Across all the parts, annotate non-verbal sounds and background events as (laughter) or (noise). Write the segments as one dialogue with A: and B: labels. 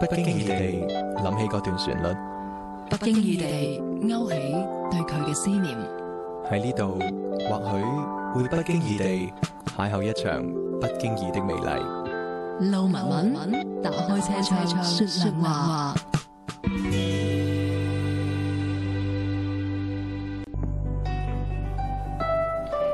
A: 不經意地諗起嗰段旋律，
B: 不經意地勾起對佢嘅思念。
A: 喺呢度或許會不經意地邂逅一場不經意的美麗。
B: 路文文打開車窗說亮話，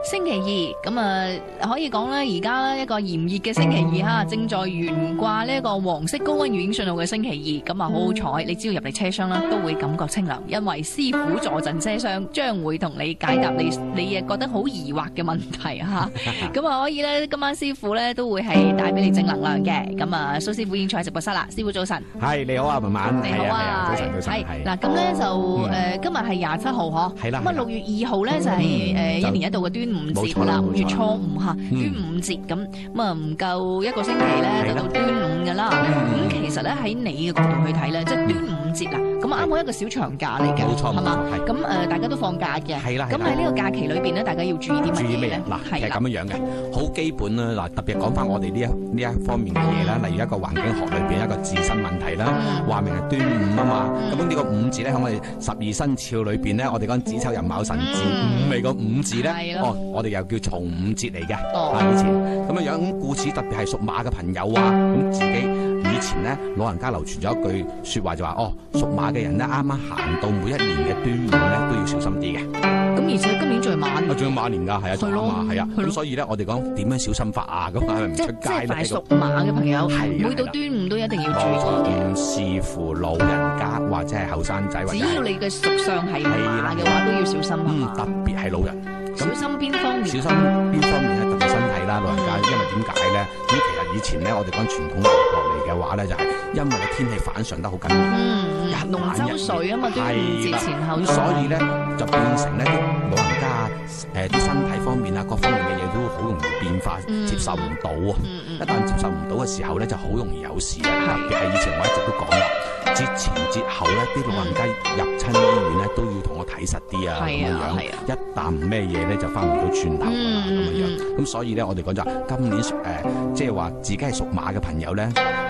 C: 星期二咁啊，可以講咧，而家一個炎熱嘅星期二
D: 嗯
C: 哈，正在懸掛呢一個黃色高温預警信號嘅星期二，咁啊好好
D: 嗯
C: 彩，你只要入嚟車廂啦，都會感覺清涼，因為師傅坐陣車廂將會同你解答你
D: 哦
C: 你誒覺得好疑惑嘅問題
D: (laughs)
C: 哈。咁啊可以咧，今晚師傅咧都會係帶俾你正能量嘅。咁啊，蘇師傅已經坐喺直播室啦，師傅早晨。
D: 係你好啊，文文，
C: 你
D: 係
C: 好
D: 係啊，
C: 啊，
D: 早晨早晨，
C: 係
D: 係
C: 嗱，咁咧就
D: 嗯
C: 誒今日係廿七號嗬，
D: 係啦
C: 咁啊
D: 係啦
C: 六月二號咧就係誒呃
D: 就
C: 一年一度嘅端午
D: 冇
C: 節
D: 錯
C: 啦
D: 啦，
C: 五月
D: 冇錯
C: 初五嚇，端
D: 嗯
C: 午節咁咁啊唔夠一個星期咧就
D: 係啦
C: 到端午㗎啦，咁其實咧喺你嘅角度去睇咧，即係端午節啦，咁啊啱好一個小長假嚟嘅，
D: 嗯冇錯
C: 哦係啊
D: 冇
C: 嘛？
D: 錯，係
C: 咁誒大家都放假嘅，
D: 係啦，
C: 咁
D: 係啦
C: 喺呢個假期裏邊咧，大家要注意啲乜
D: 注意
C: 嘢
D: 咩
C: 咧
D: 啊？？嗱，其
C: 係
D: 實
C: 啦
D: 咁，樣樣嘅，好基本啦。嗱，特別講翻我哋呢一呢一方面嘅嘢啦，例如一個環境學裏邊一個自身問題啦，
C: 嗯
D: 話明係端午啊嘛。
C: 嗯
D: 咁呢個五字咧，喺我哋十二生肖裏邊咧，我哋講子丑寅卯辰巳
C: 嗯
D: 五味個五字咧
C: 係，咯
D: 哦，我哋又叫重五節嚟嘅。
C: 哦
D: 啊，以前咁樣樣，咁故此特別係屬馬嘅朋友啊，咁自己以前咧老人家流傳咗一句説話就話，哦，屬馬嘅人咧，啱啱行到每一年嘅端午咧，都要小心啲嘅。
C: 咁而且今年最晚
D: 啊，。仲有馬年㗎，係啊，仲有
C: 係咯
D: 馬係啊，
C: 係咯
D: 咁所以咧，我哋講點樣小心法啊，咁係咪唔
C: 即
D: 出
C: 即係
D: 街
C: 快
D: 咧？
C: 屬馬嘅朋友，
D: 係啊
C: 每到
D: 係啦
C: 端午都一定要注意
D: 冇
C: 嘅。
D: 哦錯，唔視乎老人家或者係後生仔，或
C: 只
D: 者
C: 要
D: 哦係
C: 你嘅屬相係馬
D: 係啦
C: 嘅話，都要小心啊
D: 嗯
C: 嘛
D: 特別係老人，
C: 小心邊方
D: 小
C: 面？
D: 心邊方面咧？特別身體啦，老人家，因為點解咧？咁其實以前咧，我哋講傳統落嚟嘅話咧，就係因為個天氣反常得好緊要。
C: 嗯，
D: 一
C: 龍舟水啊嘛，
D: 係啦
C: 端午節前後
D: 咁
C: 做
D: 所以咧就變成咧啲老人家啊，誒啲身體方面啊，各方面嘅嘢都好容易變化，
C: 嗯
D: 接受唔到啊。
C: 嗯
D: 一
C: 嗯，
D: 旦接受唔到嘅時候咧，就好容易有事嘅。
C: 係
D: 特別係以前我一直都講啦，節前節後咧，啲老人家入親醫院咧，都要同我睇實啲啊，咁
C: 係
D: 樣
C: 啊
D: 樣。
C: 係啊，
D: 一旦咩嘢咧，就翻唔到轉頭㗎啦，咁
C: 嗯
D: 樣樣。咁所以咧，我哋講就話今年誒、呃即係話自己係屬馬嘅朋友咧，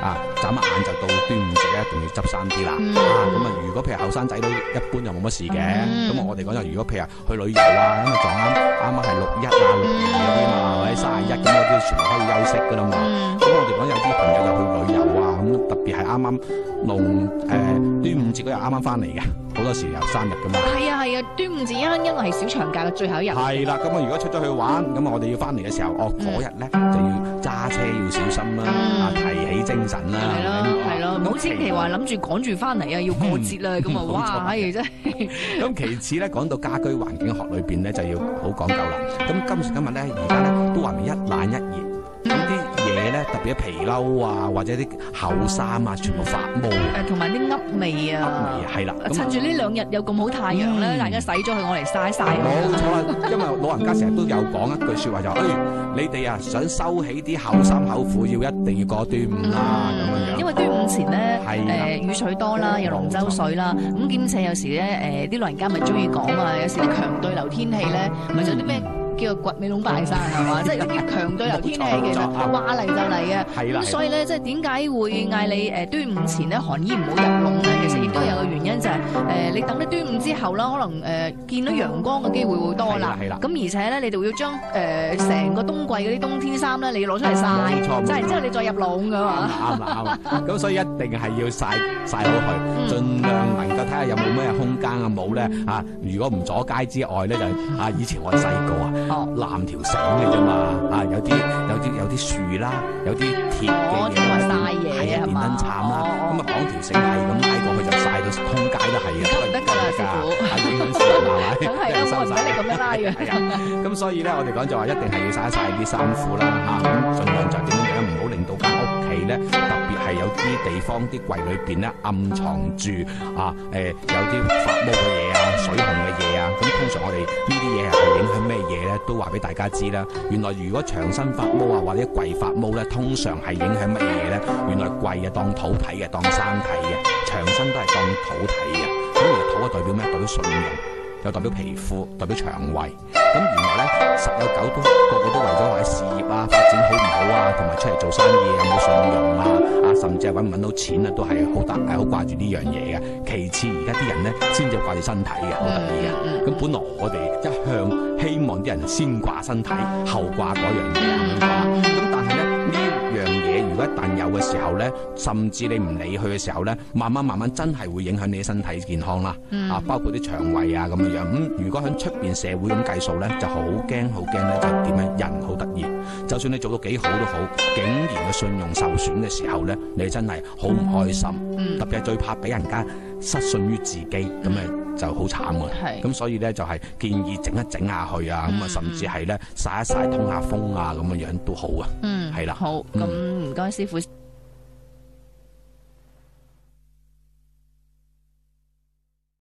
D: 啊，眨下眼就到端午節咧，一定要執生啲啦。
C: 嗯
D: 啊，咁啊，如果譬如後生仔都一般就冇乜事嘅，
C: 嗯
D: 咁、我哋講就如果譬如去旅遊啊，因為撞啱啱啱係六一啊、六二嗰啲嘛，或者三十一咁嗰啲，全部可以休息噶啦嘛。
C: 嗯
D: 咁我哋講有啲朋友就去旅遊啊，咁特別係啱啱龍誒端午節嗰日啱啱翻嚟嘅，好多時有三日噶嘛。
C: 係啊係啊，端午節因因為係小長假嘅最後一日，
D: 係啦，咁啊，如果出咗去玩，咁啊，我哋要翻嚟嘅時候，哦，
C: 嗯
D: 嗰日咧就要揸車要小心啦，
C: 嗯
D: 啊，提起精神啦，哦
C: 係咯係咯，唔好千祈
D: 咁
C: 話諗住趕住翻嚟啊，要過節啦咁啊，
D: 嗯冇錯
C: 哇，係真係
D: 其。咁啊其次咧，講到家居環境學裏邊咧，就要好講究啦。咁今時今日咧，而家咧都話明一冷一熱。咁啲嘢咧，特別啲皮褸啊，或者啲厚衫啊，全部發毛嘅
C: 誒同埋啲噏味啊，
D: 係啦。咁啊
C: 趁住呢兩日有咁好太陽咧，
D: 嗯
C: 大家洗咗佢，我嚟曬曬佢
D: 冇錯啦，因為老人家成日都有講一句説話就話，誒、你哋啊想收起啲厚衫厚褲，要一定要過端午啦咁樣樣。
C: 因為端午前咧，誒、
D: 係啦
C: 雨水多啦，有龍舟水啦，咁兼且有時咧，誒、啲老人家咪中意講啊，有時啲強對流天氣咧，咪就啲咩叫做掘尾窿拜山係嘛，即係有啲強對流天氣其
D: 冇錯
C: 實
D: 冇錯
C: 話嚟就嚟嘅。
D: 係啦
C: 咁，所以咧，即係點解會嗌你誒端午前咧寒衣唔好入籠咧？其實亦都有個原因就係、誒、你等到端午之後啦，可能誒、呃見到陽光嘅機會會多啦。
D: 係啦係啦
C: 咁而且咧，你就要將誒成個冬季嗰啲冬天衫咧，你要攞出嚟晒，
D: 冇錯冇錯
C: 即係之後你再入籠噶嘛。
D: (laughs)
C: (laughs)
D: 啱啦啱啦，咁所以一定係要晒晒好
C: 嗯
D: 佢，盡量能夠睇下有冇咩空間啊冇咧啊！如果唔阻街之外咧，就啊以前我細個啊，
C: 哦
D: 攬條繩嘅啫嘛，啊有啲有啲有啲樹啦，有啲鐵
C: 哦
D: 嘅
C: 即係話
D: 嘢，
C: 曬嘢
D: 係啊
C: 係
D: 電
C: 嘛
D: 燈杉啦，
C: 哦
D: 咁啊綁條繩係咁拉過去就晒到通街都係啊，
C: 得㗎啦
D: 㗎
C: 師傅
D: 啊影響市
C: (laughs)
D: 民係咪？
C: 梗
D: (laughs)
C: 係啦，我唔俾你咁樣拉嘅。
D: 係啊，咁所以咧，我哋講就話一定係要晒一晒啲衫褲啦嚇，咁儘量就點樣樣唔好令到間屋企咧，特別係有啲地方啲櫃裏邊咧啊暗藏住啊誒、有啲發毛嘅嘢啊、水紅嘅嘢啊，咁通常我哋呢啲嘢係影響咩嘢咧？都話俾大家知啦。原來如果長身發毛啊或者櫃發毛咧，通常係影響乜嘢咧？原來櫃啊當土體嘅，當山體嘅，長身都係當土體嘅。咁而土啊代表咩？代表信用。又代表皮膚，代表腸胃。咁原來咧，十有九都個個都為咗話事業啊、發展好唔好啊，同埋出嚟做生意有冇信用啊、啊甚至係揾唔揾到錢啊，都係好大係好掛住呢樣嘢嘅。其次，而家啲人咧先至掛住身體嘅，好得意嘅。啊
C: 嗯
D: 咁本來我哋一向希望啲人先掛身體，後掛嗰樣嘢咁掛。咁但係咧呢樣嘢，如果一旦有嘅時候咧，甚至你唔理佢嘅時候咧，慢慢慢慢真係會影響你嘅身體健康啦。啊，包括啲腸胃啊咁樣樣。咁、如果喺出邊社會咁計數咧，就好驚好驚咧，就係點咧？人好得意，就算你做到幾好都好，竟然個信用受損嘅時候咧，你真係好唔開心。
C: 嗯
D: 特別係最怕俾人家失信於自己，咁誒就好慘㗎。
C: 係
D: 咁所以咧就係、建議整一整下去啊，咁啊
C: 嗯
D: 甚至係咧曬一曬通下風啊，咁樣樣都好啊。
C: 嗯，
D: 係啦
C: 好，咁唔該師傅。